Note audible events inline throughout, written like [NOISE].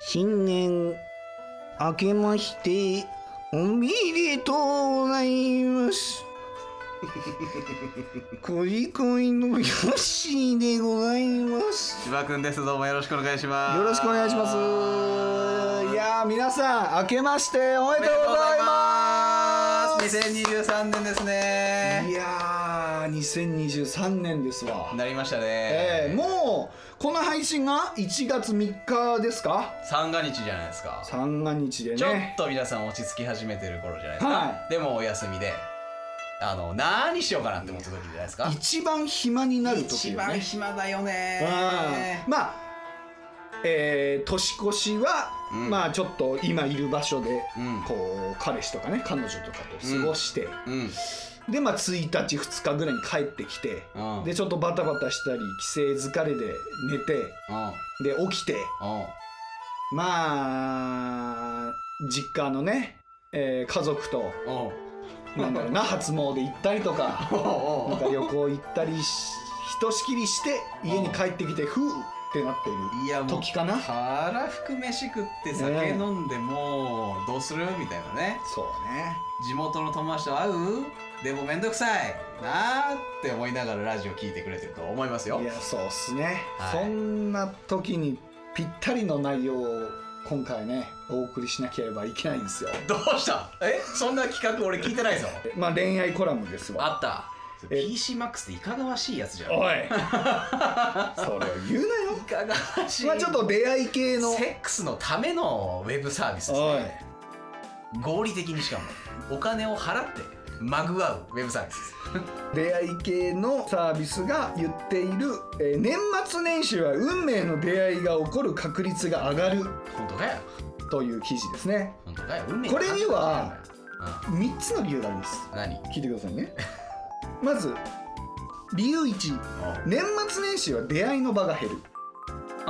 新年明けましておめでとうござい [LAUGHS] ます。こじこいのよっしーでございます。千葉くんです。どうもよろしくお願いします。よろしくお願いします。いやー皆さん明けましておめでとうございます。 2023年ですね。いやー2023年ですわ。なりましたね。えー、もうこの配信が1月3日ですか？三が日じゃないですか。三が日でちょっね。と皆さん落ち着き始めてる頃じゃないですか。はでもお休みで、あの何しようかなって思った時じゃないですかい。。一番暇になる時一よね番。暇だよねあ。ーまあ、えー年越しは、うんまあちょっと今いる場所で、うんこう彼氏とかね彼女とかと過ごして、うんでまあ1日2日ぐらいに帰ってきて、うんでちょっとバタバタしたり帰省疲れで寝てうんで起きてうんまあ実家のね、えー家族とうんなんだろう [LAUGHS] な初詣行ったりとかおうおなんか旅行行ったりしひとしきりして家に帰ってきてふうってなっているういやもう時かな腹含め飯食って酒飲んでもうどうするみたいなねそうね地元の友達と会うでもめんどくさいなーって思いながらラジオ聞いてくれてると思いますよいやそうっすね、はいそんな時にぴったりの内容を今回ねお送りしなければいけないんですよどうしたえそんな企画俺聞いてないぞまあ恋愛コラムですわあったえ PCMAX っていかがわしいやつじゃんいおい [LAUGHS] それを言うなよかがわしいまあちょっと出会い系のセックスのためのウェブサービスですおいね合理的にしかもお金を払ってまぐわうウェブサービスです出会い系のサービスが言っている、えー年末年始は運命の出会いが起こる確率が上がる本当かよという記事ですね本当かよ運命これにはうん3つの理由があります何聞いてくださいねまず理由1年末年始は出会いの場が減る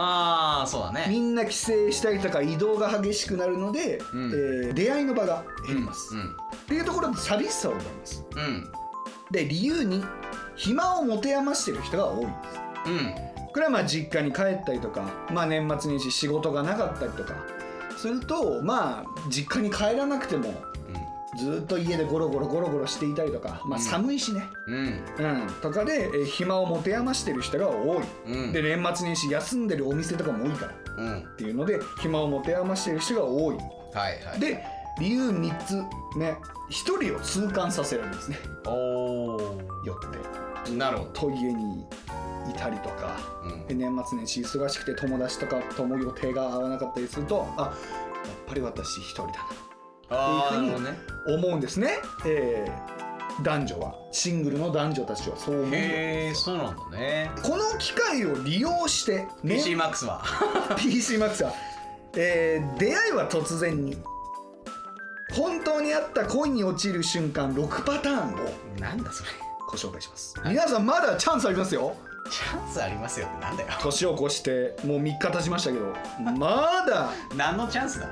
ああそうだねみんな帰省したりとか移動が激しくなるので、うんえー出会いの場が減ります、うんっていうところで寂しさを奪いますうんで理由に暇を持て余してる人が多いですうんこれはまあ実家に帰ったりとか、まあ、年末年始仕事がなかったりとかするとまあ実家に帰らなくてもずっと家でゴロゴロゴロゴロしていたりとか、まあ、うん寒いしね、うんうん、とかで、えー暇を持て余してる人が多いうんで年末年始休んでるお店とかも多いからっうんていうので暇を持て余してる人が多いはいはいで理由3つね1人を痛感させられるんですねおよっておなるほどトイレにいたりとかで年末年始忙しくて友達とかとも予定が合わなかったりするとあやっぱり私一人だっああてないるうふうにほどねな思うんですねえー男女はシングルの男女たちはそう思うんへでえすそうなんだねこの機会を利用して、ね、 PCMAX は PC マックスは、えー出会いは突然に本当にあった恋に落ちる瞬間6パターンをなんだそれご紹介します、はい皆さんまだチャンスありますよチャンスありますよってなんだよ年を越してもう3日経ちました [LAUGHS] けどまだ何のチャンスだ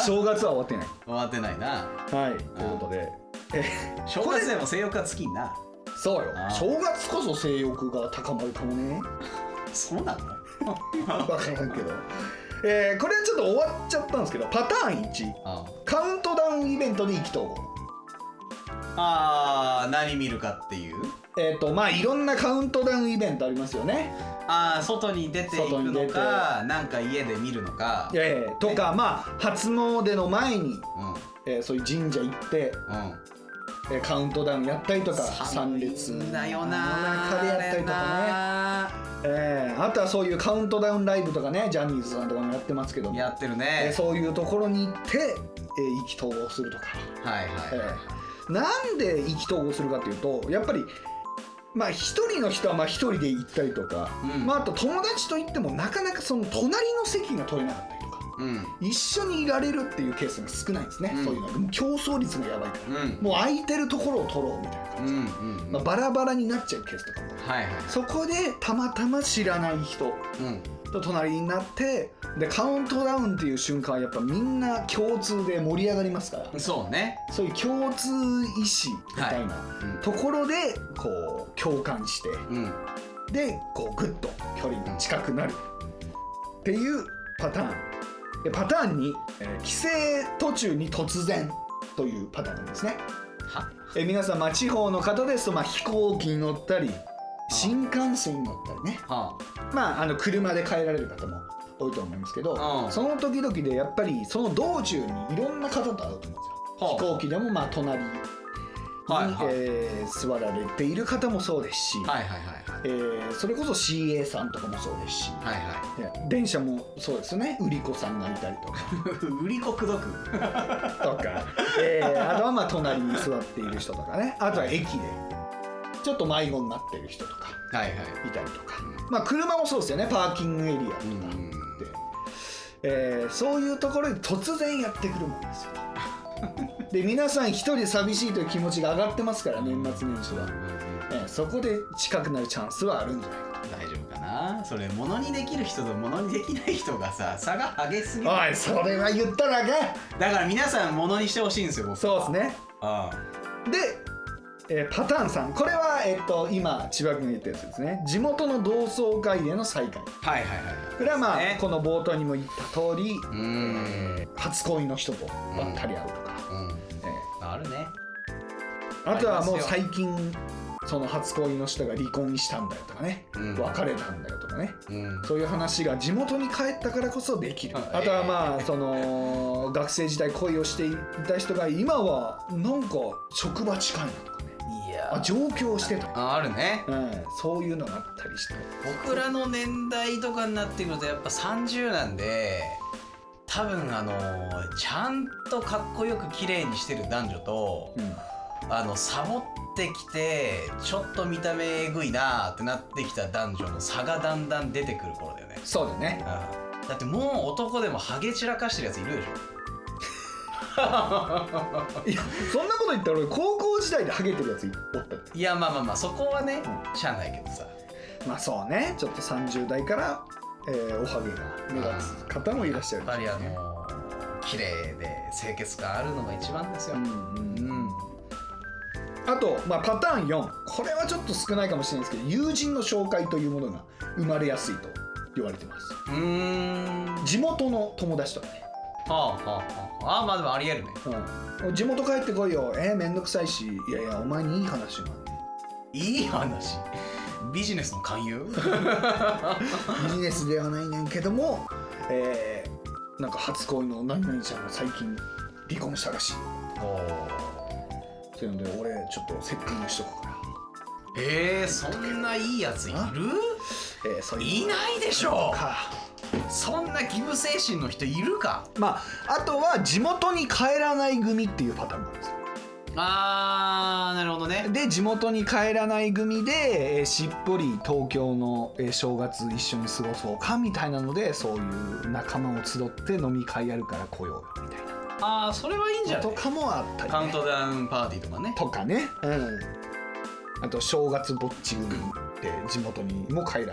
正月は終わってない終わってないな [LAUGHS] はいということでえ正月でも性欲が尽きんなそうよあー正月こそ性欲が高まるかもねそうなの分からんけど、えーこれはちょっと終わっちゃったんですけどパターン1あカウントダウンイベントで意気投合あー何見るかっていうえっ、とまあいろんなカウントダウンイベントありますよね。ああ外に出ていく外にの出てかなんか家で見るのかえーとか、まあ初詣の前に、うんえーそういう神社行って、うんえーカウントダウンやったりとか参列だよなの中でやったりとかね、えーあとはそういうカウントダウンライブとかねジャニーズさんとかもやってますけどもやってるえねーそういうところに行って、えー意気投合するとか、はいえはい、ーなんで意気投合するかというとやっぱりまあ一人の人はまあ一人で行ったりとか、うんまあ、あと友達と行ってもなかなかその隣の席が取れなかったりとか。うん一緒にいられるっていうケースが少ないんですね、うんそういうのはもう競争率がやばいからうんもう空いてるところを取ろうみたいな感うじ、んうんうんまあ、バラバラになっちゃうケースとかもはいはいそこでたまたま知らない人うんと隣になってでカウントダウンっていう瞬間はやっぱみんな共通で盛り上がりますからそうねそういう共通意識みたいな、うんところでこう共感してうんでこうグッと距離が近くなるっていうパターンえパターン2、えー帰省途中に突然というパターンですねはえー皆さん、まあ、地方の方ですと、まあ、飛行機に乗ったり新幹線に乗ったりねはまあ、あの車で帰られる方も多いと思いますけど、うんその時々でやっぱりその道中にいろんな方と会うと思うんですよ。はあ飛行機でもまあ隣に、はいはいえー座られている方もそうですし、あはいはいはいはいえーそれこそ CA さんとかもそうですし、はいはいね電車もそうですね売り子さんがいたりとか売り子くどく [LAUGHS] とか、えーあとはまあ隣に座っている人とかねあとは駅でちょっと迷子になってる人とかはいはいいたりとか、まあ、車もそうですよねパーキングエリアとか。うんって、えーそういうところで突然やってくるもんです [LAUGHS] よで皆さん一人寂しいという気持ちが上がってますから年末年始は、えーそこで近くなるチャンスはあるんじゃないか大丈夫かなそれ物にできる人と物にできない人がさ差が激しすぎるおいそれは言ったらあかだから皆さん物にしてほしいんですよん僕そうですねあで、えーパターン3これは、えっと今千葉君が言ったやつですね地元の同窓会での再会あはいはいはいこれはまあ、ねこの冒頭にも言った通り、うーんえー初恋の人とばったり会うとか、うんえーあるねあとはもう最近その初恋の人が離婚したんだよとかね、うん別れたんだよとかねうんそういう話が地元に帰ったからこそできる、うんあとはまあその学生時代恋をしていた人が今はなんか職場近いなとかねいやあ上京してた、ああるねうん、そういうのがあったりして僕らの年代とかになってくるとやっぱ30なんで多分あのちゃんとかっこよく綺麗にしてる男女とうんあのサボってきてちょっと見た目えぐいなーってなってきた男女の差がだんだん出てくる頃だよね、そうだねうんだってもう男でもハゲ散らかしてるやついるでしいやそんなこと言ったら俺高校時代でハゲてるやつおったよょいやまあまあまあそこはねしゃあないけどさまあそうねちょっと30代から、えーおはげが目立つ方もいらっしゃやるっでしぱょうねりあの綺麗で清潔感あるのが一番ですよ、うんあと、まあ、パターン4これはちょっと少ないかもしれないですけど友人の紹介というものが生まれやすいと言われてますうーん地元の友達とかね、はあはあはあ、あーまあでもありえるねうん、地元帰ってこいよえー、めんどくさいしいやいやお前にいい話がいい話ビジネスの勧誘ビジネスではないねんけどもえーなんか初恋の何々ちゃんが最近離婚したらしいおそういうので俺ちょっとセッティングしとこうかえー、そんないいやついるな、えーそういういのないでしょかそんな義務精神の人いるかまああとは地元に帰らない組っていうパターンなんですよあーなるほどねで地元に帰らない組で、えーしっぽり東京の、えー正月一緒に過ごそうかみたいなのでそういう仲間を集って飲み会やるから来ようよみたいなあーそれはいいんじゃなといかもあったり、ね、カウントダウンパーティーとかねとかね、うん、あと正月ぼっち組って地元にも帰らず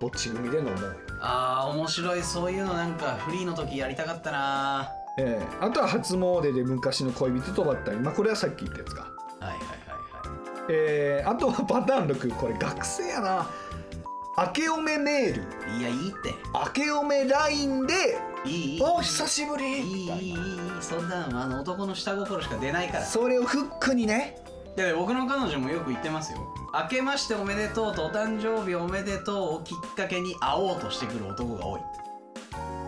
ぼっち組で飲もうよ、あー面白いそういうのなんかフリーの時やりたかったなえーあとは初詣で昔の恋人とばったりまあこれはさっき言ったやつかはいはいはいえーあとはパターン6これ学生やな明けおめメールはいいやいいって明けおめ LINE でいいいい「お久しぶり!」いいいみたいいいいいないそんなのあの男の下心しか出ないからそれをフックにねだって僕の彼女もよく言ってますよ明けましておめでとうとお誕生日おめでとうをきっかけに会おうとしてくる男が多い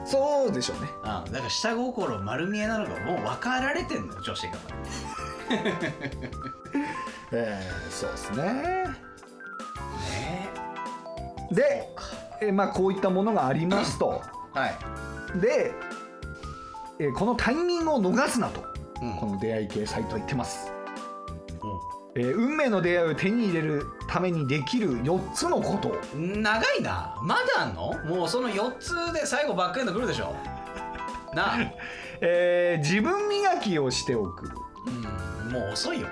そうでしょうねああだから下心丸見えなのがもう分かられてんのよ女子がえーそうですねねで、えーまあこういったものがありますとはい、で、えーこのタイミングを逃すなとうんこの出会い系サイトは言ってます、うえー運命の出会いを手に入れるためにできる4つのことをん長いなまだあんのもうその4つで最後バックエンドくるでしょなあ、えー自分磨きをしておくうん、もう遅いよ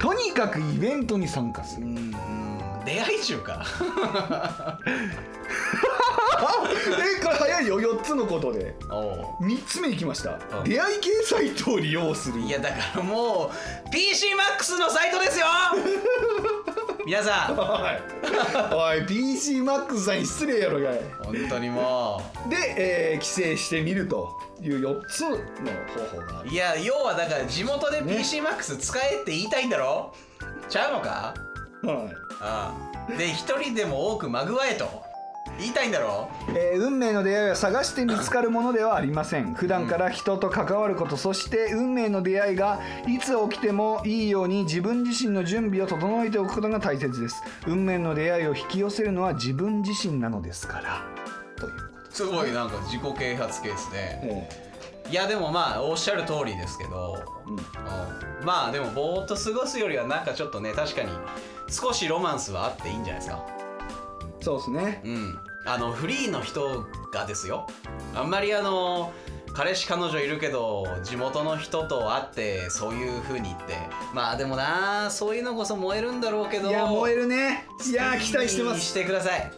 とにかくイベントに参加す [LAUGHS] うるん出会い中かえこれ早いよ4つのことでおう3つ目いきましたうん出会い系サイトを利用するいやだからもう PCMAX のサイトですよ [LAUGHS] 皆さんおい PC マックスさんに失礼やろがい本当にもで、えー帰省してみるという4つの方法があうるいや要はだから地元でね PCMAX 使えって言いたいんだろちゃうのかはいうんで一人でも多くまぐわえと言いたいんだろえー運命の出会いは探して見つかるものではありません普段から人と関わることそして運命の出会いがいつ起きてもいいように自分自身の準備を整えておくことが大切です運命の出会いを引き寄せるのは自分自身なのですからというこすごいなんか自己啓発系ですねとでいやでもまあおっしゃる通りですけど、うんうんまあでもぼーっと過ごすよりはなんかちょっとね確かに少しロマンスはあっていいんじゃないですかそうですねうんあのフリーの人がですよあんまりあの彼氏彼女いるけど地元の人と会ってそういう風にってまあでもなそういうのこそ燃えるんだろうけいどや燃えるるねいや期待してますしてください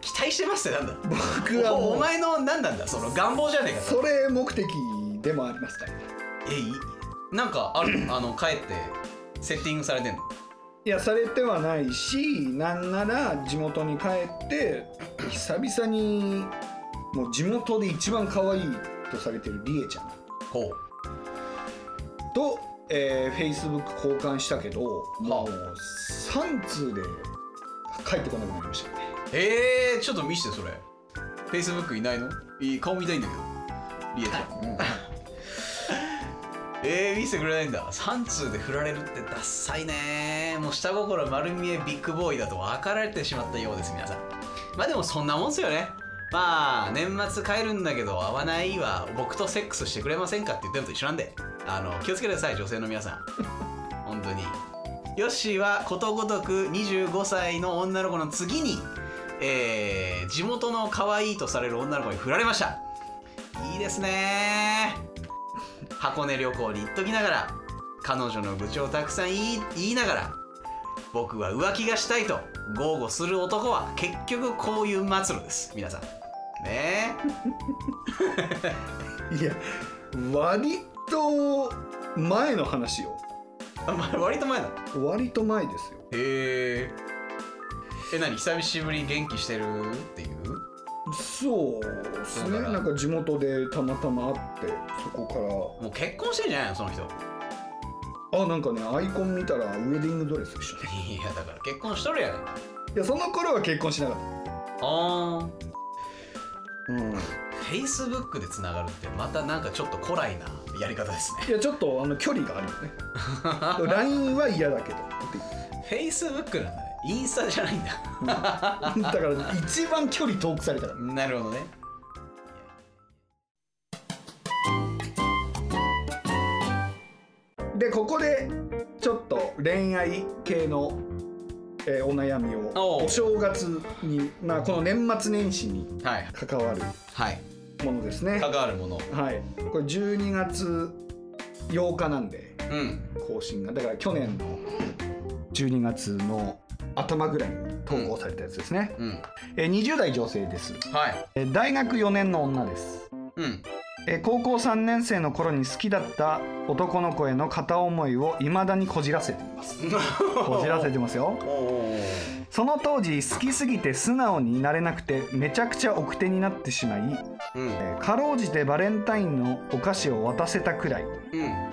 期待してますってなんだ僕はおおもう前の何なんだその願望じゃねえかそれ目的でもありますからえいなんかあるあの帰ってセッティングされてんのいやされてはないしなんなら地元に帰って久々にもう地元で一番可愛いとされてるりえちゃんほと、えー、Facebook 交換したけど、もう3通で帰ってこなくなりましたねうえー、ちょっと見してそれ Facebook いないのいい顔見たいんだけどリエちゃん、えー、見せてくれないんだ3通で振られるってダッサいねもう下心丸見えビッグボーイだと分かられてしまったようです皆さんまあでもそんなもんっすよねまあ年末帰るんだけど会わないは僕とセックスしてくれませんかって言ってるのと一緒なんであの気をつけてください女性の皆さん本当にヨッシーはことごとく25歳の女の子の次に、えー、地元の可愛いとされる女の子に振られましたいいですね箱根旅行に行っときながら彼女の愚痴をたくさん言い言いながら僕は浮気がしたいと豪語する男は結局こういう末路です皆さんねいや割と前の話よえあま割と前だ割と前ですよへええ何久しぶり元気してるっていうそうですねだからなんか地元でたまたま会ってそこからもう結婚してんじゃないのその人いあなんかねアイコン見たらウェディングドレスでしたねやだから結婚しとるやねんあいやその頃は結婚しなかっあたうんい Facebook でつながるってまたなんかちょっと古来なやり方ですねやちょっとあの距離があるよ [LAUGHS] ね LINE は嫌だけどっていう Facebook なんだねインスタじゃないんだだから一番距離遠くされたからなるほどねでここでちょっと恋愛系の、えーお悩みをおうお正月に、まあ、この年末年始にはい関わるはいものですね関わるものはいこれ12月8日なんでうん更新がだから去年の12月の頭ぐらいに投稿されたやつですね、うんえー20代女性です、はいえー大学4年の女です、うんえー高校3年生の頃に好きだった男の子への片思いを未だにこじらせていますこじらせてますよおおその当時好きすぎて素直になれなくてめちゃくちゃ奥手になってしまい、うんえーかろうじてバレンタインのお菓子を渡せたくらいうん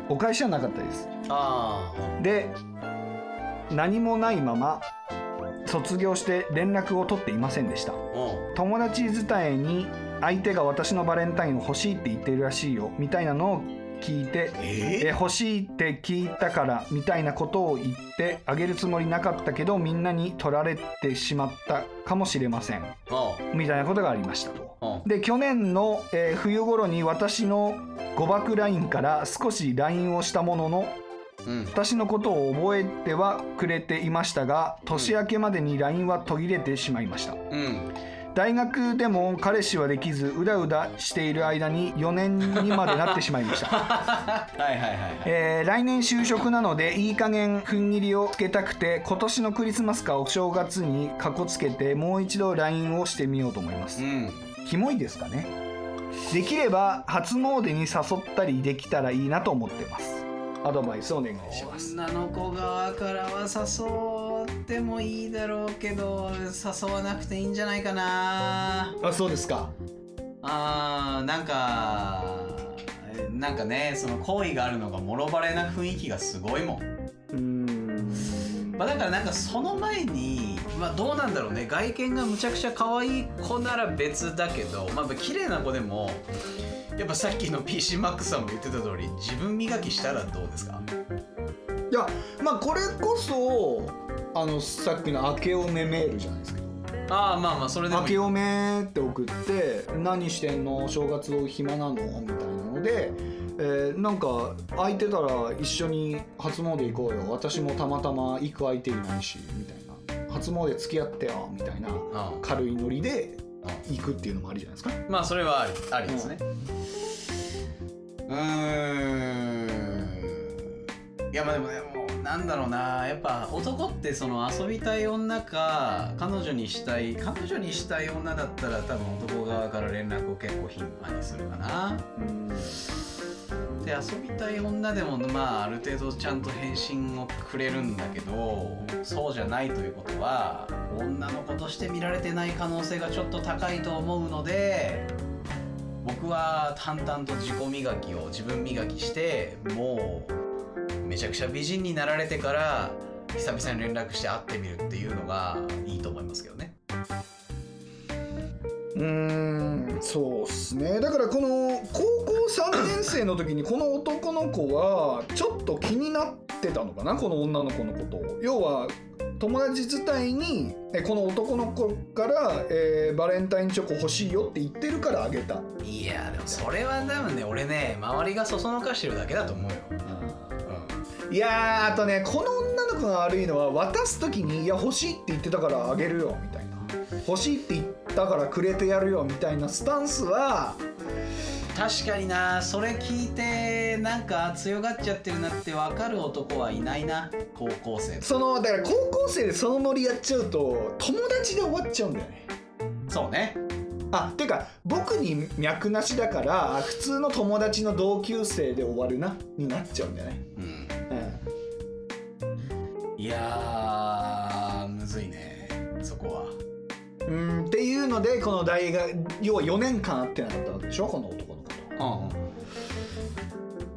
お返しはなかったですあで何もないまま卒業して連絡を取っていませんでしたあおう友達伝いに相手が私のバレンタインを欲しいって言ってるらしいよみたいなのを聞いてええ欲しいって聞いたからみたいなことを言ってあげるつもりなかったけどみんなに取られてしまったかもしれませんおうみたいなことがありましたと。おうで去年の、えー冬頃に私の誤爆 LINE から少し LINE をしたもののうん私のことを覚えてはくれていましたが年明けまでに LINE は途切れてしまいましたうん大学でも彼氏はできずうだうだしている間に4年にまでなってしまいました [LAUGHS] はいはいはいはいえー来年就職なのでいい加減踏ん切りをつけたくて今年のクリスマスかお正月にかこつけてもう一度 LINE をしてみようと思いまうす、んキモいですかねできれば初詣に誘ったりできたらいいなと思ってますアドバイスお願いします女の子側からは誘誘ってもいいだろうけど誘わなくていいんじゃないかなあそうですかあーなんかえなんかねその好意があるのがもろバレな雰囲気がすごいもんうーんまあ、だからなんかその前に、まあ、どうなんだろうね外見がむちゃくちゃ可愛い子なら別だけど、まあ、やっぱ綺麗な子でもやっぱさっきの PC マックさんも言ってた通り自分磨きしたらどうですかいやまあこれこそあのさっきの「明けおめメール」じゃないですかああまあまあそ「れでも明いいけおめ」って送って「何してんの正月を暇なの?」みたいなので、えーなんか空いてたら一緒に初詣行こうよ私もたまたま行く相手いないしみたいな初詣付き合ってよみたいなうん軽いノリで行くっていうのもありじゃないですかまあそれはありありですねうーんいやまあでもねもうなんだろうなやっぱ男ってその遊びたい女か彼女にしたい彼女にしたい女だったら多分男側から連絡を結構頻繁にするかなで遊びたい女でもまあある程度ちゃんと返信をくれるんだけどそうじゃないということは女の子として見られてない可能性がちょっと高いと思うので僕は淡々と自己磨きを自分磨きしてもうめちゃくちゃ美人になられてから久々に連絡して会ってみるっていうのがいいと思いますけどね。うーんそうっすねだからこの高校3年生の時にこの男の子はちょっと気になってたのかなこの女の子のことを要は友達自体にえこの男の子から、えーバレンタインチョコ欲しいよって言ってるからあげたいやでもそれは多分ね俺ね周りがそそのかしてるだけだと思うよ。うんいやーあとねこの女の子が悪いのは渡す時に「いや欲しいって言ってたからあげるよ」みたいな「欲しいって言ったからくれてやるよ」みたいなスタンスは確かになそれ聞いてなんか強がっちゃってるなって分かる男はいないな高校生そのだから高校生でそのノリやっちゃうと友達で終わっちゃうんだよねそうねあてか僕に脈なしだからあ普通の友達の同級生で終わるなになっちゃうんだよね、うんうんいやーむずいねそこはうんっていうのでこの大学要は4年間会ってなかったわけでしょこの男の子とうん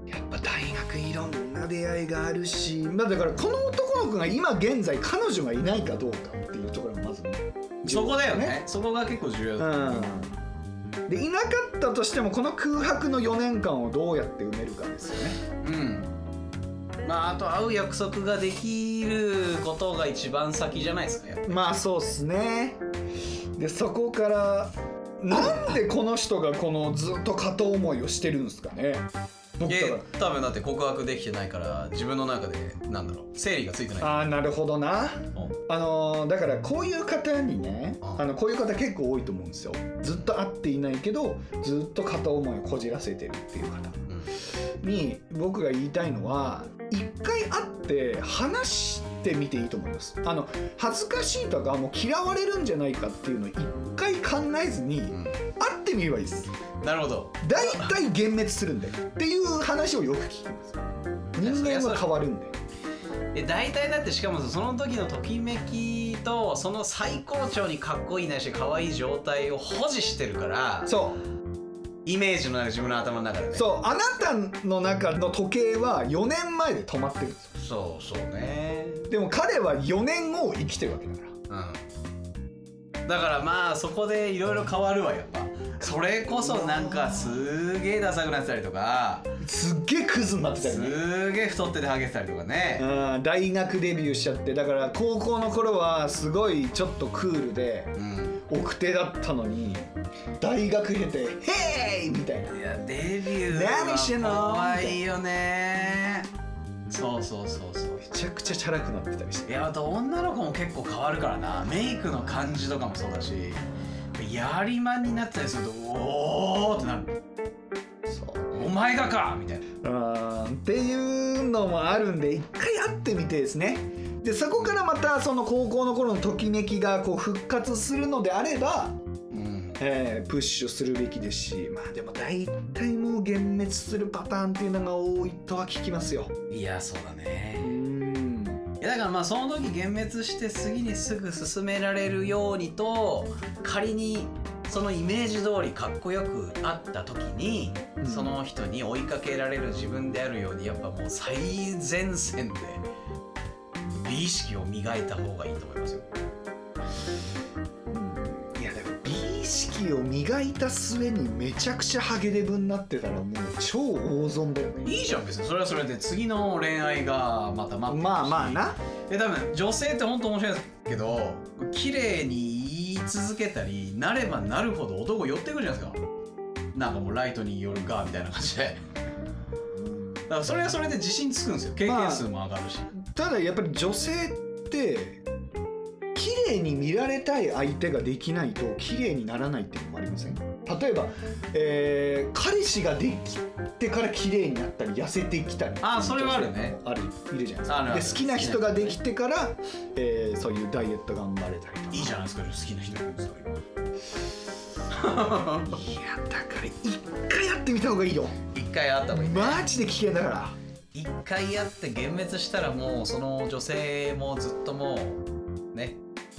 やっぱ大学いろんな出会いがあるしまあだからこの男の子が今現在彼女がいないかどうかっていうところがまずそこだよねそこが結構重要だ、うんでいなかったとしてもこの空白の4年間をどうやって埋めるかですよねうんまああと会う約束ができることが一番先じゃないですかやっぱまあそうっすねでそこからなんでこの人がこのずっと片思いをしてるんですかね僕だいやか多分だって告白できてないから自分の中でなんだろう整理がついてないらああーなるほどなうんあのーだからこういう方にねああのこういう方結構多いと思うんですよずっと会っていないけどずっと片思いをこじらせてるっていう方うんに僕が言いたいのは一回会って話してみていいと思いますあの恥ずかしいとかもう嫌われるんじゃないかっていうのを一回考えずにうん会ってみればいいですなるほど大体幻滅するんでっていう話をよく聞きます人間は変わるんでで大体だってしかもその時のときめきとその最高潮にかっこいいないし可愛い状態を保持してるからそうイメージの中自分の頭の中でねそうあなたの中の時計は4年前で止まってるんですよそうそうねでも彼は4年後を生きてるわけだからうんだからまあそこでいろいろ変わるわやっぱそれこそなんかすげえダサくなってたりとかすっげえクズになってたよすねげえ太っててハゲてたりとかねうん大学デビューしちゃってだから高校の頃はすごいちょっとクールでうん奥手だったのに大学経て「ヘイ!」みたいないやデビュー何してんのは怖いよねそうそうそうそうめちゃくちゃチャラくなってたりしていやあと女の子も結構変わるからなメイクの感じとかもそうだしやりまんになってたりするとおーってなるそうお前がかみたいなうんっていうのもあるんで一回会ってみてですねでそこからまたその高校の頃のときめきがこう復活するのであれば、うんえープッシュするべきですしまあでも大体もう幻滅するパターンっていうのが多いとは聞きますよいやそうだねうんいやだからまあその時幻滅して次にすぐ進められるようにと仮にそのイメージ通りかっこよくあった時に、うんその人に追いかけられる自分であるようにやっぱもう最前線で美意識を磨いた方がいいと思いますよ。いやでも美意識を磨いた末にめちゃくちゃハゲレブになってたらもう超大損だよねいいじゃん別にそれはそれで次の恋愛がまた待ってるしまあまあなえ多分女性って本当面白いですけど綺麗に言い続けたりなればなるほど男寄ってくるじゃないですかなんかもうライトによるかみたいな感じでだからそれはそれで自信つくんですよ経験数も上がるし、ただやっぱり女性って綺麗に見られたい相手ができないと綺麗にならないっていうのもありません例えば、えー彼氏ができてから綺麗になったり痩せてきたりあーそれはあるねあるいるじゃないですあるあかるで好きな人ができてから、えーそういうダイエット頑張れたりとかいいじゃないですか好きな人いるんですかいやだから一回やってみた方がいいよ一回会った方がいいねマジで危険だから一回やって幻滅したらもうその女性もずっともうね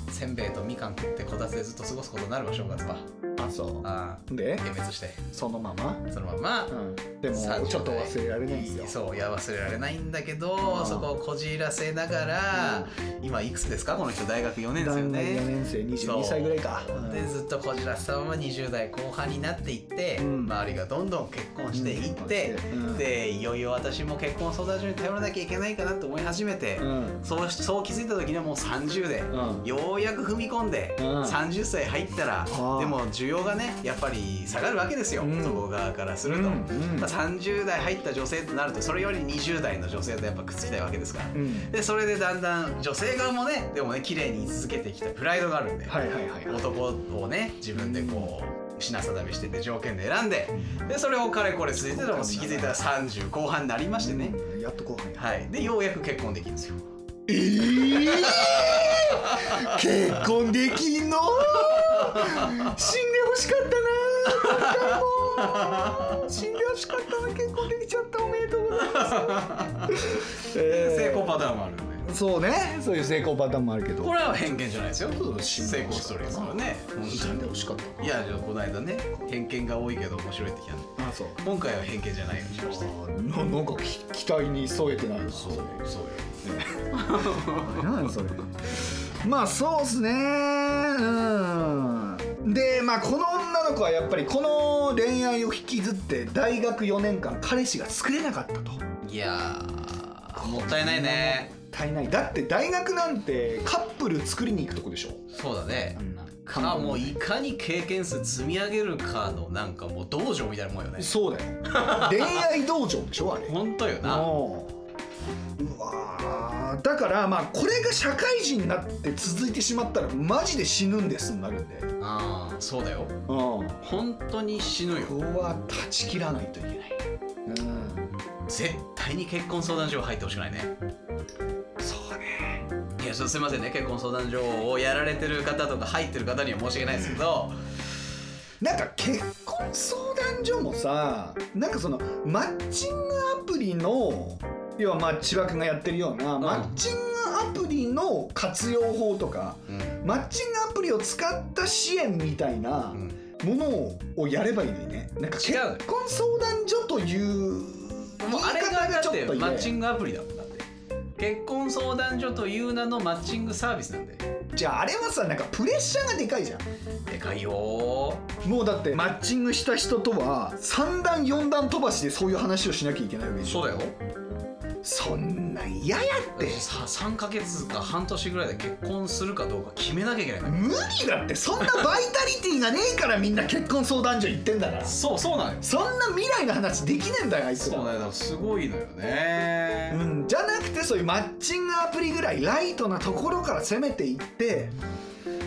せんべいとみかん食ってこたつでずっと過ごすことになるわ正月はあそああうで幻滅してそのまま、そのままうん、でも30代ちょっと忘れられないんですよそういや忘れられないんだけうどんそこをこじらせながら、今いくつですかこの人大学4年ですよ旦那ね4年生そう22歳ぐらいかうんでずっとこじらせたまま20代後半になっていって、うん周りがどんどん結婚していって、うんでいよいよ私も結婚相談所に頼らなきゃいけないかなと思い始めて、うんそうそう気づいた時にはもう30で、うんようやく踏み込んで、うん30歳入ったら、ーでも需要がねやっぱり下がるわけですよ、うん男側からすると、うんうんまあ30代入った女性となるとそれより20代の女性とやっぱくっつきたいわけですかうら、んでそれでだんだん女性側もねでもね綺麗に居続けてきたプライドがあるんで、はいはいはいはい男をね自分でこう品定めしてって条件で選んででそれをかれこれ続いてたらもう気づいたら30後半になりましてね、うんやっと後半やはいでようやく結婚できるんですよえー、結婚できんの死んでほしかったなもう死んでほしかったな結婚できちゃったおめでとうございます、 [LAUGHS] えー成功パターンもあるんでそうねそういう成功パターンもあるけどこれは偏見じゃないですよ成功ストーリーですからね死んでほしかったいやじゃあこの間ね偏見が多いけど面白いってきたんであそう今回は偏見じゃないようにしましたななんかき期待に添えてないなそれそうよ何それまあそうっすねうんでまあこの女の子はやっぱりこの恋愛を引きずって大学4年間彼氏が作れなかったともいやーもったいないねったいないだって大学なんてカップル作りに行くとこでしょそうだねあんなかもういかに経験数積み上げるかのなんかもう道場みたいなもんよねそうだよ恋愛道場でしょあれ本当よなもううわーだからまあこれが社会人になって続いてしまったらマジで死ぬんですになるんでうんあーそうだよこ本当に死ぬよこは断ち切らないといけないうん絶対に結婚相談所入ってほしくないねそうねいやちょっとすいませんね結婚相談所をやられてる方とか入ってる方には申し訳ないですけどなんか結婚相談所もさなんかそのマッチングアプリの要はまあ千葉君がやってるような、マッチングアプリの活用法とかうんマッチングアプリを使った支援みたいな、うんものをやればいいのにねなんか違結う婚相談所という言いもうあれ方ががちだょっっとてマッチねングアプリだもんだって結婚相談所という名のマッチングサービスなんでじゃああれはさなんかプレッシャーがでかいじゃんでかいよもうだってマッチングした人とは3段4段飛ばしでそういう話をしなきゃいけないわけでーしょだよそんなん嫌やってさ3ヶ月か半年ぐらいで結婚するかどうか決めなきゃいけないから無理だってそんなバイタリティがねえからみんな結婚相談所行ってんだからそうそうなのよそんな未来の話できねえんだよあいつそうらなのよすごいのよねうん、じゃなくてそういうマッチングアプリぐらいライトなところから攻めていって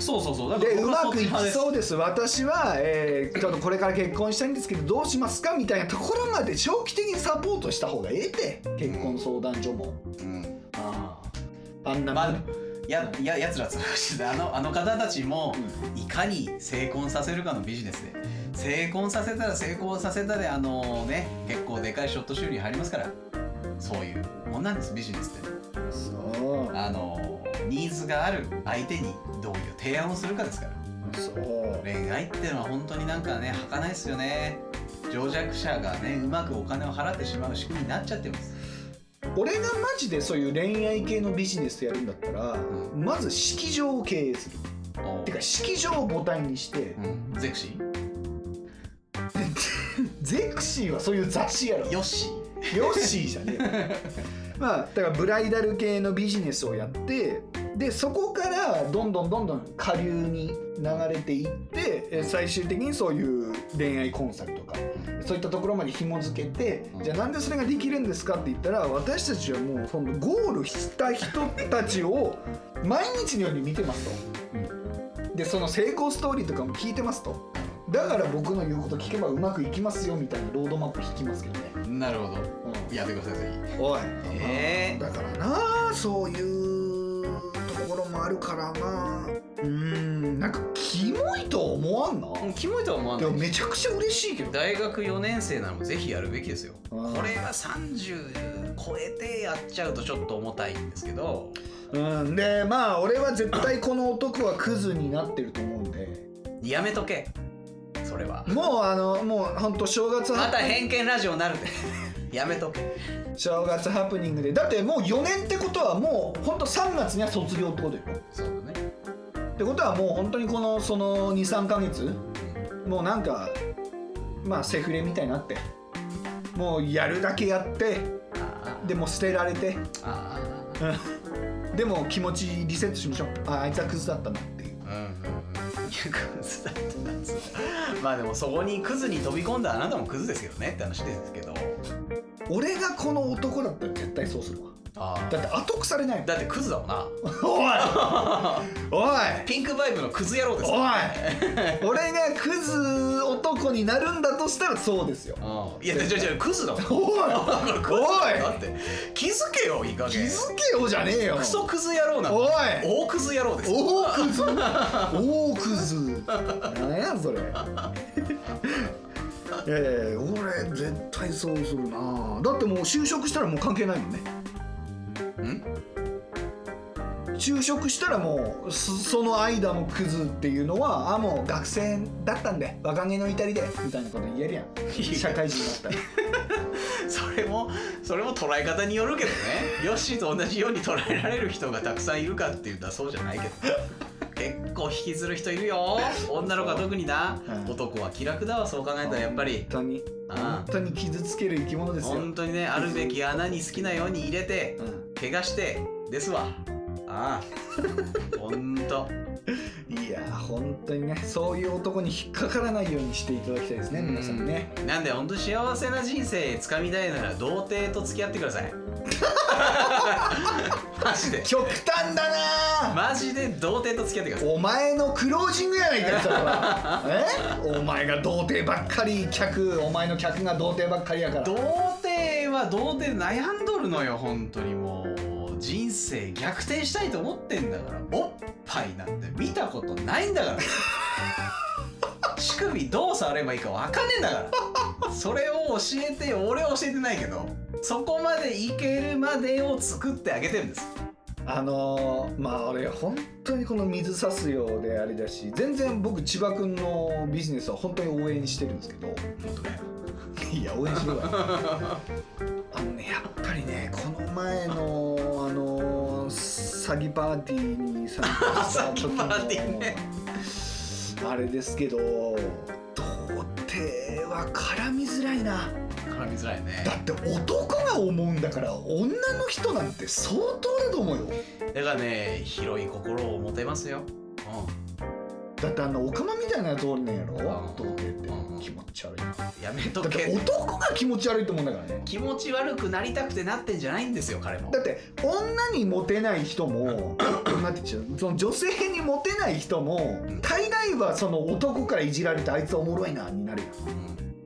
そうそうそうだでう僕はまくいそっち派きですそうです私は、えーちょっとこれから結婚したいんですけどどうしますかみたいなところまで長期的にサポートした方がええって結婚相談所も、うんあああんなまあやややつらつましてあのあの方たちもいかに成婚させるかのビジネスで成婚させたら成功させたであのね結構でかいショット修理入りますからそういうもんなんですビジネスってそうあのニーズがある相手にどういう提案をするかですからそう恋愛っていうのは本当になんかね儚いですよね情弱者がねうまくお金を払ってしまう仕組みになっちゃってます俺がマジでそういう恋愛系のビジネスやるんだったら、うまず式場を経営するてか式場を母体にして、うんゼクシゼクシーはそういう雑誌やろーヨッシヨッシーじゃねえよまあだからブライダル系のビジネスをやってでそこからどんどんどんどん下流に流れていってえ最終的にそういう恋愛コンサルとかーそういったところまで紐付けて、うんじゃあなんでそれができるんですかって言ったら私たちはもうそのゴールした人たちを毎日のように見てますと、でその成功ストーリーとかも聞いてますとだから僕の言うこと聞けばうまくいきますよみたいなロードマップ引きますけどね、なるほどうんやってください次おい、えーだからなそういうところもあるからなうーんなんかキモいとは思わんな、うんキモいとは思わでなもいめちゃくちゃ嬉しいけど大学4年生なのもぜひやるべきですよあこーれは30超えてやっちゃうとちょっと重たいんですけどうんでまあ俺は絶対この男はクズになってると思うんでやめとけそれはもうあのもうほんと正月まハた偏見ラジオになるんで [LAUGHS] やめとけ正月ハプニングでだってもう4年ってことはもうほんと3月には卒業ってことよそうだねってことはもう本当にこのその23ヶ月もうなんかまあセフレみたいになってもうやるだけやってあでも捨てられてああでも気持ちリセットしましょうああいつはクズだったなっていうあうんうんうんいやクズだってなんつうのまあでもそこにクズに飛び込んだあなたもクズですけどねって話ですけど俺がこの男だったら絶対そうするわあだって後腐れないもんだってクズだもんなおいおいピンクバイブのクズ野郎ですおい俺がクズ男になるんだとしたらそうですようんいやじゃじゃクズだもおんいおいだって気づけよいい加気減づけよじゃねえよクソクズ野郎なおいの大クズ野郎です大クズ大クズ何やそれいやいやいや俺絶対そうするなだってもう就職したらもう関係ないもんねん就職したらもうそその間もクズっていうのはあもう学生だったんで若気の至りでみたいなこと言えるやん社会人だったらそれもそれも捉え方によるけどねヨッシーと同じように捉えられる人がたくさんいるかって言ったらそうじゃないけど結構引きずる人いるよ女の子は特にな、うん男は気楽だわそう考えたらやっぱり本当にうん本当に傷つける生き物ですよ、本当にねあるべき穴に好きなように入れてう怪我してですわ [LAUGHS] ああほんとん、いやー本当にねそういう男に引っかからないようにしていただきたいですね皆さんねうんなんで本当に幸せな人生つかみたいなら童貞と付き合ってくだ [LAUGHS] さいマジで極端だなー、マジで童貞と付き合ってくださいお前のクロージングやないかよそれはえお前が童貞ばっかり客お前の客が童貞ばっかりやから童貞は童貞で悩んどるのよ本当にもう人生逆転したいと思ってんだからおっぱいなんて見たことないんだから [LAUGHS] 乳首どう触ればいいか分かんねえんだからそれを教えてよ俺は教えてないけどそこまでいけるまでを作ってあげてるんですあのー、まあ俺本当にこの水差すようであれだし全然僕千葉君のビジネスは本当に応援してるんですけど本当だよいや応援し [LAUGHS] ろよあのねやっぱりねこの前のあのー詐欺パーティーに参加した時 [LAUGHS] 詐欺パーティーねのあれですけど童貞は絡みづらいな絡みづらいねだって男が思うんだから女の人なんて相当だと思うよだからね広い心を持てますようだってあのオカマみたいなやつおるねんやろん童貞ってうん気持ち悪いだんやめとってけ男が気持ち悪いと思うんだからね気持ち悪くなりたくてなってんじゃないんですよ彼もだって女にモテない人も [COUGHS] なんて言っちゃうその女性にモテない人もうん大概はその男からいじられてあいつおもろいなになるや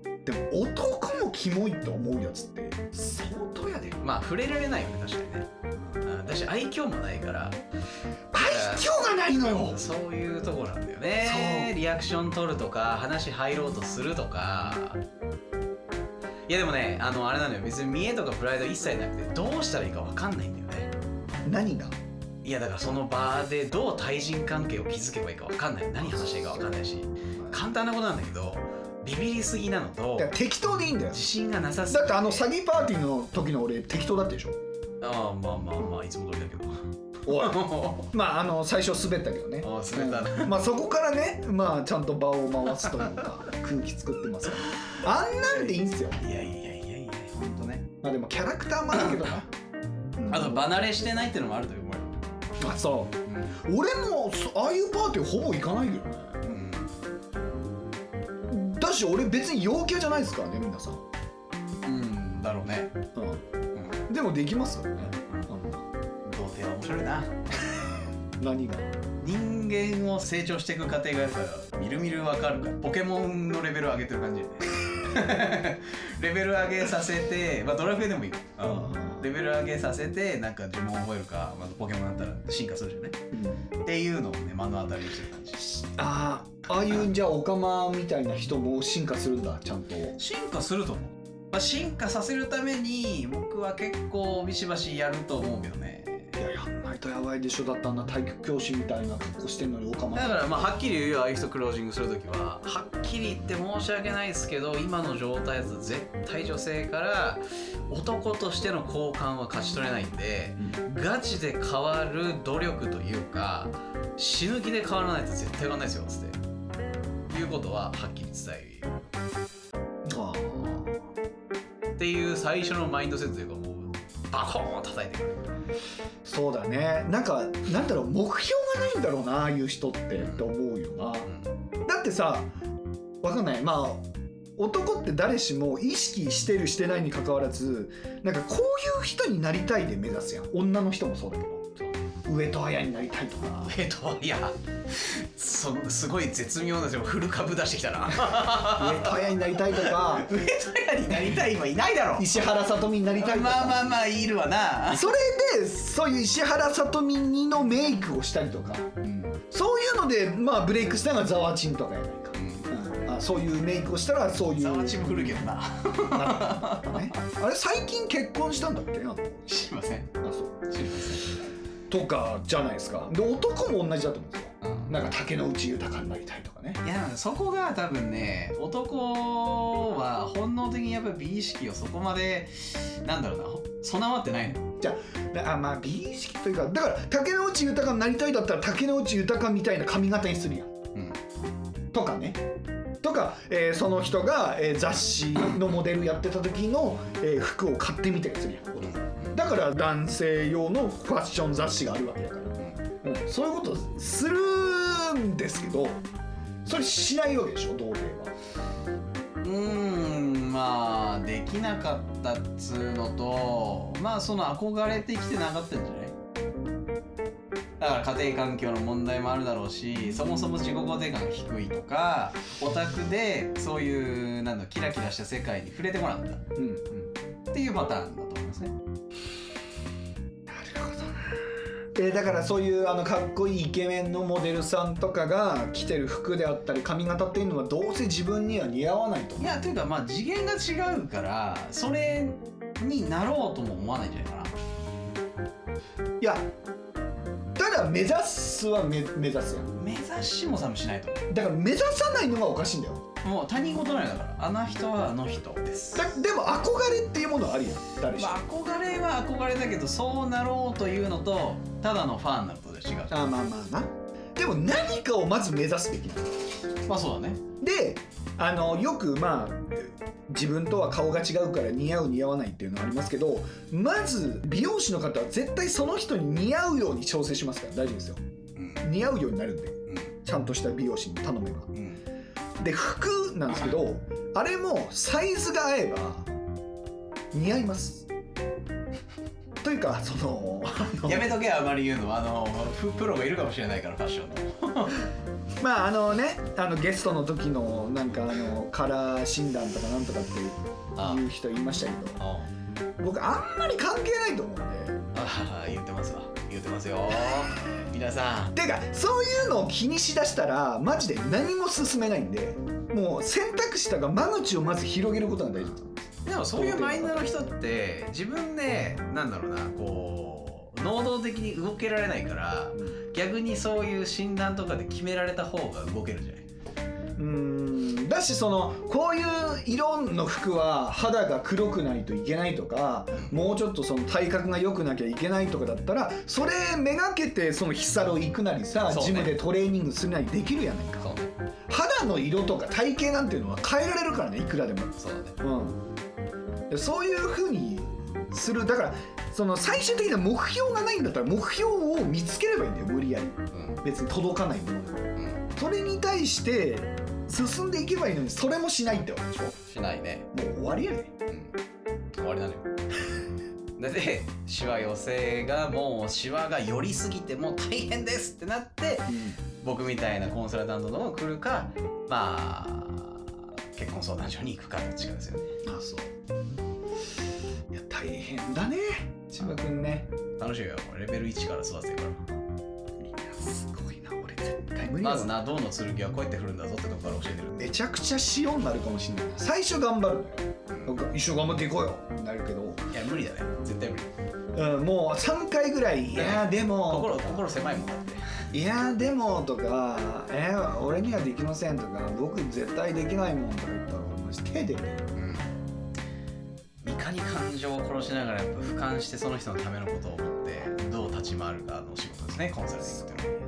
うんんでも男もキモいと思うやつって相当やでまあ触れられないよね確かにねうん私愛嬌もないから愛嬌がないのよそういうとこなんだよねそうリアクション取るとか話入ろうとするとかいやでもねあのあれなのよ別に見栄とかプライド一切なくてどうしたらいいか分かんないんだよね何がいやだからその場でどう対人関係を築けばいいか分かんない何話していいか分かんないし簡単なことなんだけどビビりすぎなのとだから適当でいいんだよ自信がなさすぎだってあの詐欺パーティーの時の俺適当だったでしょああまあまあまあいつも通りだけど [LAUGHS] おいまああの最初滑ったけどねああ滑ったうんまあそこからねまあちゃんと場を回すというか空気作ってますからあんなんでいいんすよいやいやいやいやほんとねまあでもキャラクターもあるけどなあと離れしてないってのもあると思うよまあそう俺もそああいうパーティーほぼ行かないけどうん、うん、ねだし俺別に陽キャじゃないですからね皆さん、うんだろうね、うん、でもできますからね童貞は面白いな何が人間を成長していく過程がやっぱみるみるわかるからポケモンのレベルを上げてる [LAUGHS] 感じレベル上げさせて、まあ、ドラクエでもいいようんレベル上げさせてなんか呪文を覚えるか、まあ、ポケモンだったら進化するじゃないっていうのをね目の当たりにしてる感じああああいうじゃあオカマみたいな人も進化するんだちゃんと進化すると思う、まあ、進化させるために僕は結構ビシバシやると思うけどねいややんないとやばいでしょだってあんな体育教師みたいな格好してんのにオカマだからまあはっきり言うよああいう人クロージングする時ははっきり言って申し訳ないですけど今の状態だと絶対女性から男としての好感は勝ち取れないんでガチで変わる努力というか死ぬ気で変わらないと絶対変わらないですよつっていうことははっきり伝えるあっていう最初のマインドセットというかもうバコーン叩いてくるそうだねなんかなんだろう目標がないんだろうなああいう人ってって思うよなだってさわかんないまあ男って誰しも意識してるしてないに関わらずなんかこういう人になりたいで目指すやん女の人もそうだけど上戸彩になりたいとかえっといやそすごい絶妙なですよフル株出してきたな上戸彩になりたいとか [LAUGHS] 上戸屋になりたい今いないだろ石原さとみになりたいとかまあまあまあいるわな、それでそういう石原さとみにのメイクをしたりとかうんそういうのでまあブレイクしたのがざわちんとかやないか、うんあそういうメイクをしたらそういうザワチも来るけどなねあれ最近結婚したんだっけなあ知りませんそう知りません、とかじゃないですかで男も同じだと思うんですようんなんか竹野内豊になりたいとかねいやそこが多分ね男は本能的にやっぱり美意識をそこまでなんだろうなほ備わってないのだあまあ美意識というかだから竹野内豊になりたいだったら竹野内豊みたいな髪型にするやんうんとかねとか、えーその人が、えー雑誌のモデルやってた時の、えー服を買ってみたりするやんだから男性用のファッション雑誌があるわけだから、うんそういうことするんですけどそれしないわけでしょ同性はうーんまあできなかったっつうのとまあその憧れてきてなかったんじゃないだから家庭環境の問題もあるだろうしそもそも自己肯定感が低いとかオタクでそういうなんだろうキラキラした世界に触れてこなかっうんた、なるっていうパターンだと思いますね。ほどなえーだからそういうあのかっこいいイケメンのモデルさんとかが着てる服であったり髪型っていうのはどうせ自分には似合わないとい思うやというかまあ次元が違うからそれになろうとも思わないんじゃないかな。いやただ目指すは目目指すやん目指しもさもしないとだから目指さないのがおかしいんだよもう他人事なんだからあの人はあの人です。だでも憧れっていうものはあるよ誰しも、まあ、憧れは憧れだけどそうなろうというのとただのファンになるとで違うあ、まあまあなでも何かをまず目指すべきなのまあそうだねであのよくまあ自分とは顔が違うから似合う似合わないっていうのはありますけどまず美容師の方は絶対その人に似合うように調整しますから大丈夫ですようん似合うようになるんでちゃんとした美容師に頼めばうんうんで服なんですけどあれもサイズが合えば似合いますというかそのあのやめとけあまり言うのはあのププロがいるかもしれないからファッションのまああのねあのゲストの時のなんかあのカラー診断とかなんとかっていうあいう人いましたけあど僕あんまり関係ないと思うんあ言ってますわ言ってます [LAUGHS] よ皆さんでてかそういうのを気にしだしたらマジで何も進めないんでもう選択肢とか間口をまず広げることが大事だと思うんですでもそういうマインドの人って自分でなんだろうなこう能動的に動けられないから逆にそういう診断とかで決められた方が動けるんじゃないうんだしそのこういう色の服は肌が黒くないといけないとかもうちょっとその体格が良くなきゃいけないとかだったらそれめがけてその日サロ行くなりさ、そうねジムでトレーニングするなりできるやないかそうね肌の色とか体型なんていうのは変えられるからねいくらでも、そうだねうん、そういうふうにするだからその最終的な目標がないんだったら目標を見つければいいんだよ無理やり別に届かないものでもうんうんそれに対して進んでいけばいいのにそれもしないってわけでしょしないねもう終わりやねうん終わりなのよ [LAUGHS] だってシワ寄せがもうシワが寄りすぎてもう大変ですってなって僕みたいなコンサルタントの方が来るかまあ結婚相談所に行くかどっちかですよねあそういや大変だね千葉君ね楽しいよレベル1から育てるからいやすごいな俺絶対無理だわまずな銅の剣はこうやって振るんだぞってとこから教えてるめちゃくちゃ塩になるかもしれない最初頑張るのよなんか一緒頑張っていこうよになるけど、いや無理だね絶対無理うん、もう3回ぐらい「いやーでも心心狭いもんだっていやーでも」とか「えー俺にはできません」とか「僕絶対できないもん」とか言ったらお前手でいかに感情を殺しながらやっぱ俯瞰してその人のためのことを思ってどう立ち回るかの仕事ですねコンサルティングっていうのは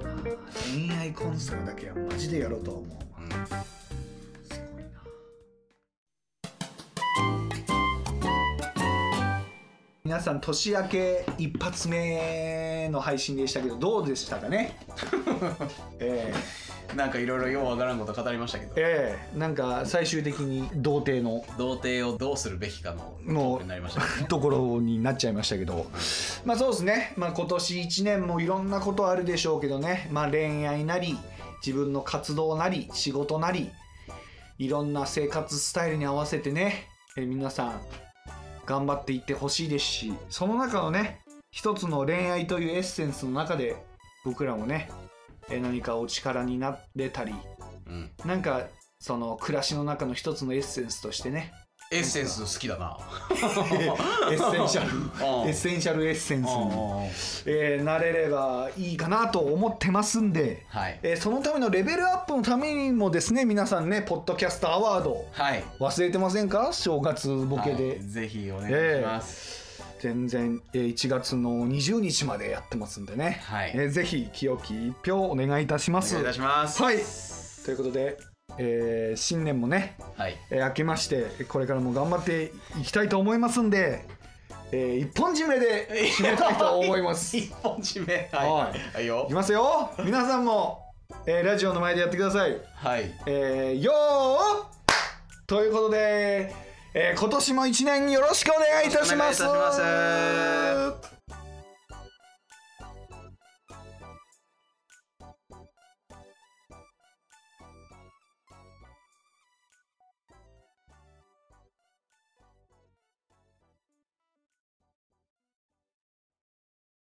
恋愛コンサルだけはマジでやろうとは思ううんすごいな皆さん年明け一発目の配信でしたけどどうでしたかね [LAUGHS] ええなんかいろいろようわからんこと語りましたけどええなんか最終的に童貞の童貞をどうするべきかのもうトークになりましたけどねところになっちゃいましたけどまあそうですね、まあ、今年1年もいろんなことあるでしょうけどね、まあ、恋愛なり自分の活動なり仕事なりいろんな生活スタイルに合わせてねえー皆さん頑張っていってほしいですしその中のね一つの恋愛というエッセンスの中で僕らもねえー何かお力になれたりうんなんかその暮らしの中の一つのエッセンスとしてねエッセンス好きだなエッセンシャルうんエッセンシャルエッセンスうんに、えーなれればいいかなと思ってますんで、はいえーそのためのレベルアップのためにもですね皆さんねポッドキャストアワードはい忘れてませんか正月ボケで、はいぜひお願いします全然、えー1月の20日までやってますんでね、はいえーぜひ清き一票お願いいたしまおす願いいたしますはいということで、えー新年もねはいえー明けましてこれからも頑張っていきたいと思いますんで、えー一本締めで締めたいと思います。い [LAUGHS] 一本締めははいいはいよきますよ皆さんも、えーラジオの前でやってください。はいえーよーということで、えー今年も一年よろしくお願いいたします。よろしくお願いいたします